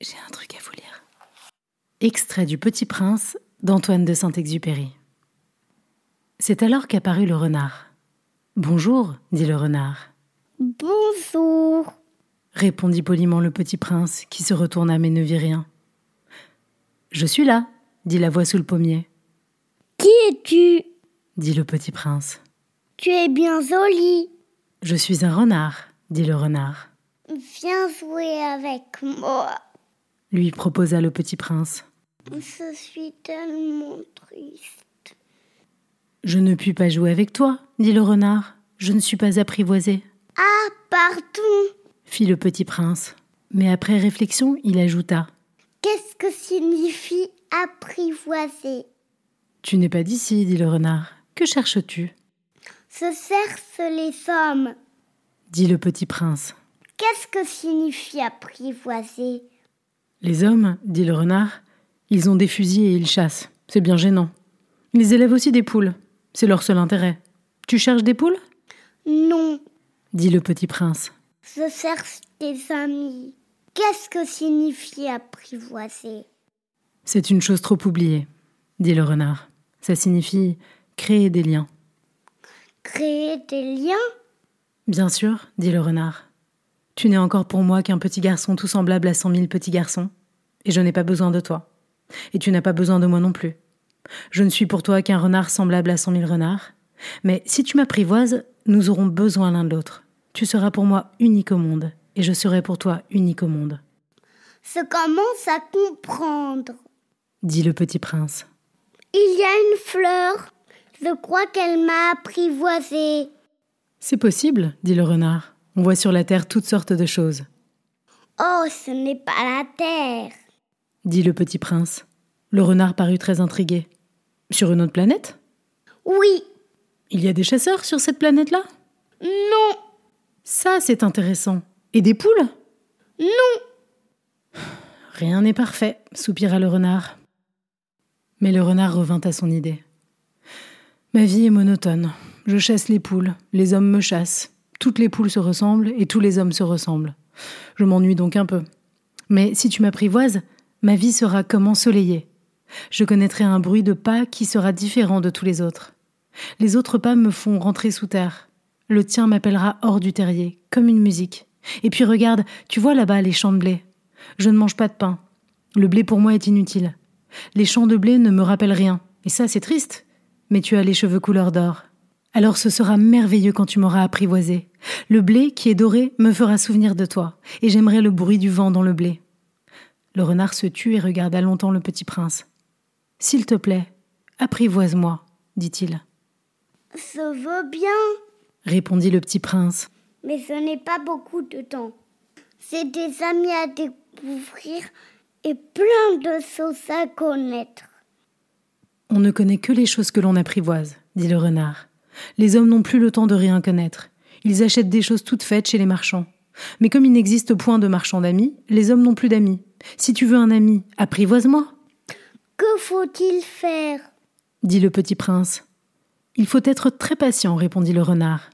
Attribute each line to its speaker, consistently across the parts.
Speaker 1: J'ai un truc à vous lire.
Speaker 2: Extrait du Petit Prince d'Antoine de Saint-Exupéry. C'est alors qu'apparut le renard. Bonjour, dit le renard,
Speaker 3: Bonjour.
Speaker 2: répondit poliment le petit prince, qui se retourna mais ne vit rien. Je suis là, dit la voix sous le pommier,
Speaker 3: Qui es-tu
Speaker 2: dit le petit prince.
Speaker 3: Tu es bien jolie.
Speaker 2: Je suis un renard, dit le renard,
Speaker 3: Viens jouer avec moi.
Speaker 2: lui proposa le petit prince.
Speaker 3: Je suis tellement triste.
Speaker 2: Je ne puis pas jouer avec toi, dit le renard, je ne suis pas apprivoisé,
Speaker 3: Ah, pardon.
Speaker 2: fit le petit prince. Mais après réflexion, il ajouta.
Speaker 3: Qu'est-ce que signifie apprivoiser
Speaker 2: Tu n'es pas d'ici, dit le renard. Que cherches-tu?
Speaker 3: Se cherche les hommes.
Speaker 2: dit le petit prince.
Speaker 3: Qu'est-ce que signifie apprivoiser
Speaker 2: Les hommes, dit le renard, ils ont des fusils et ils chassent. C'est bien gênant. Ils élèvent aussi des poules. C'est leur seul intérêt. Tu cherches des poules
Speaker 3: Non,
Speaker 2: dit le petit prince.
Speaker 3: je cherche des amis. Qu'est-ce que signifie apprivoiser
Speaker 2: C'est une chose trop oubliée, dit le renard. Ça signifie créer des liens.
Speaker 3: Créer des liens
Speaker 2: Bien sûr, dit le renard. Tu n'es encore pour moi qu'un petit garçon tout semblable à cent mille petits garçons, et je n'ai pas besoin de toi. Et tu n'as pas besoin de moi non plus. Je ne suis pour toi qu'un renard semblable à cent mille renards, mais si tu m'apprivoises, nous aurons besoin l'un de l'autre. Tu seras pour moi unique au monde, et je serai pour toi unique au monde,
Speaker 3: Je commence à comprendre.
Speaker 2: dit le petit prince.
Speaker 3: Il y a une fleur. Je crois qu'elle m'a apprivoisée.
Speaker 2: C'est possible, dit le renard. On voit sur la terre toutes sortes de choses,
Speaker 3: Oh, ce n'est pas la terre.
Speaker 2: dit le petit prince. Le renard parut très intrigué. Sur une autre planète
Speaker 3: Oui,
Speaker 2: Il y a des chasseurs sur cette planète-là
Speaker 3: non,
Speaker 2: Ça, c'est intéressant. Et des poules
Speaker 3: non.
Speaker 2: Rien n'est parfait, soupira le renard. Mais le renard revint à son idée. Ma vie est monotone. Je chasse les poules, les hommes me chassent. Toutes les poules se ressemblent et tous les hommes se ressemblent. Je m'ennuie donc un peu. Mais si tu m'apprivoises, ma vie sera comme ensoleillée. Je connaîtrai un bruit de pas qui sera différent de tous les autres. Les autres pas me font rentrer sous terre. Le tien m'appellera hors du terrier, comme une musique. Et puis regarde, tu vois là-bas les champs de blé. Je ne mange pas de pain. Le blé pour moi est inutile. Les champs de blé ne me rappellent rien. Et ça, c'est triste. Mais tu as les cheveux couleur d'or. Alors ce sera merveilleux quand tu m'auras apprivoisé. Le blé, qui est doré, me fera souvenir de toi. Et j'aimerai le bruit du vent dans le blé. Le renard se tut et regarda longtemps le petit prince. S'il te plaît, apprivoise-moi, dit-il.
Speaker 3: Je veux bien,
Speaker 2: Répondit le petit prince.
Speaker 3: mais je n'ai pas beaucoup de temps. J'ai des amis à découvrir et plein de choses à connaître.
Speaker 2: On ne connaît que les choses que l'on apprivoise, dit le renard. Les hommes n'ont plus le temps de rien connaître. Ils achètent des choses toutes faites chez les marchands. Mais comme il n'existe point de marchands d'amis, les hommes n'ont plus d'amis. Si tu veux un ami, apprivoise-moi,
Speaker 3: Que faut-il faire
Speaker 2: dit le petit prince. Il faut être très patient, répondit le renard.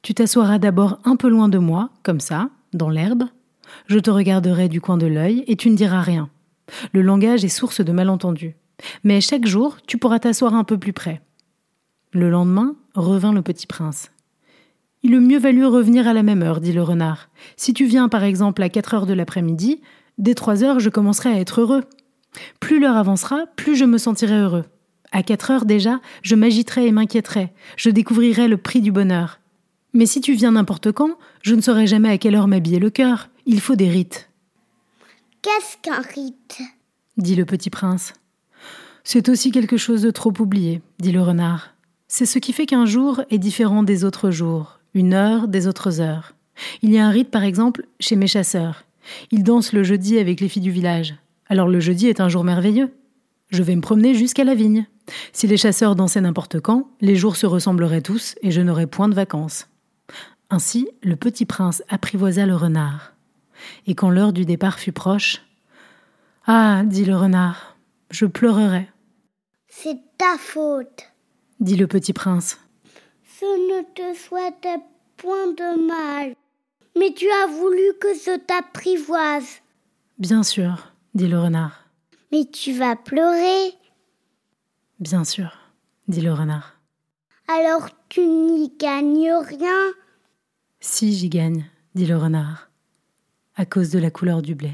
Speaker 2: Tu t'assoiras d'abord un peu loin de moi, comme ça, dans l'herbe. Je te regarderai du coin de l'œil et tu ne diras rien. Le langage est source de malentendus. Mais chaque jour, tu pourras t'asseoir un peu plus près. Le lendemain, revint le petit prince. Il eût mieux valu revenir à la même heure, dit le renard. Si tu viens par exemple à quatre heures de l'après-midi, dès trois heures, je commencerai à être heureux. Plus l'heure avancera, plus je me sentirai heureux. À quatre heures déjà, je m'agiterai et m'inquiéterai. Je découvrirai le prix du bonheur. Mais si tu viens n'importe quand, je ne saurai jamais à quelle heure m'habiller le cœur. Il faut des rites,
Speaker 3: Qu'est-ce qu'un rite
Speaker 2: dit le petit prince. C'est aussi quelque chose de trop oublié, dit le renard. C'est ce qui fait qu'un jour est différent des autres jours, une heure des autres heures. Il y a un rite, par exemple, chez mes chasseurs. Ils dansent le jeudi avec les filles du village. Alors le jeudi est un jour merveilleux. Je vais me promener jusqu'à la vigne. Si les chasseurs dansaient n'importe quand, les jours se ressembleraient tous et je n'aurais point de vacances. Ainsi, le petit prince apprivoisa le renard. Et quand l'heure du départ fut proche, Ah, dit le renard, je pleurerai,
Speaker 3: C'est ta faute.
Speaker 2: dit le petit prince.
Speaker 3: Je ne te souhaitais point de mal, mais tu as voulu que je t'apprivoise.
Speaker 2: Bien sûr, dit le renard.
Speaker 3: Mais tu vas pleurer.
Speaker 2: Bien sûr, dit le renard.
Speaker 3: Alors tu n'y gagnes rien.
Speaker 2: Si j'y gagne, dit le renard, à cause de la couleur du blé.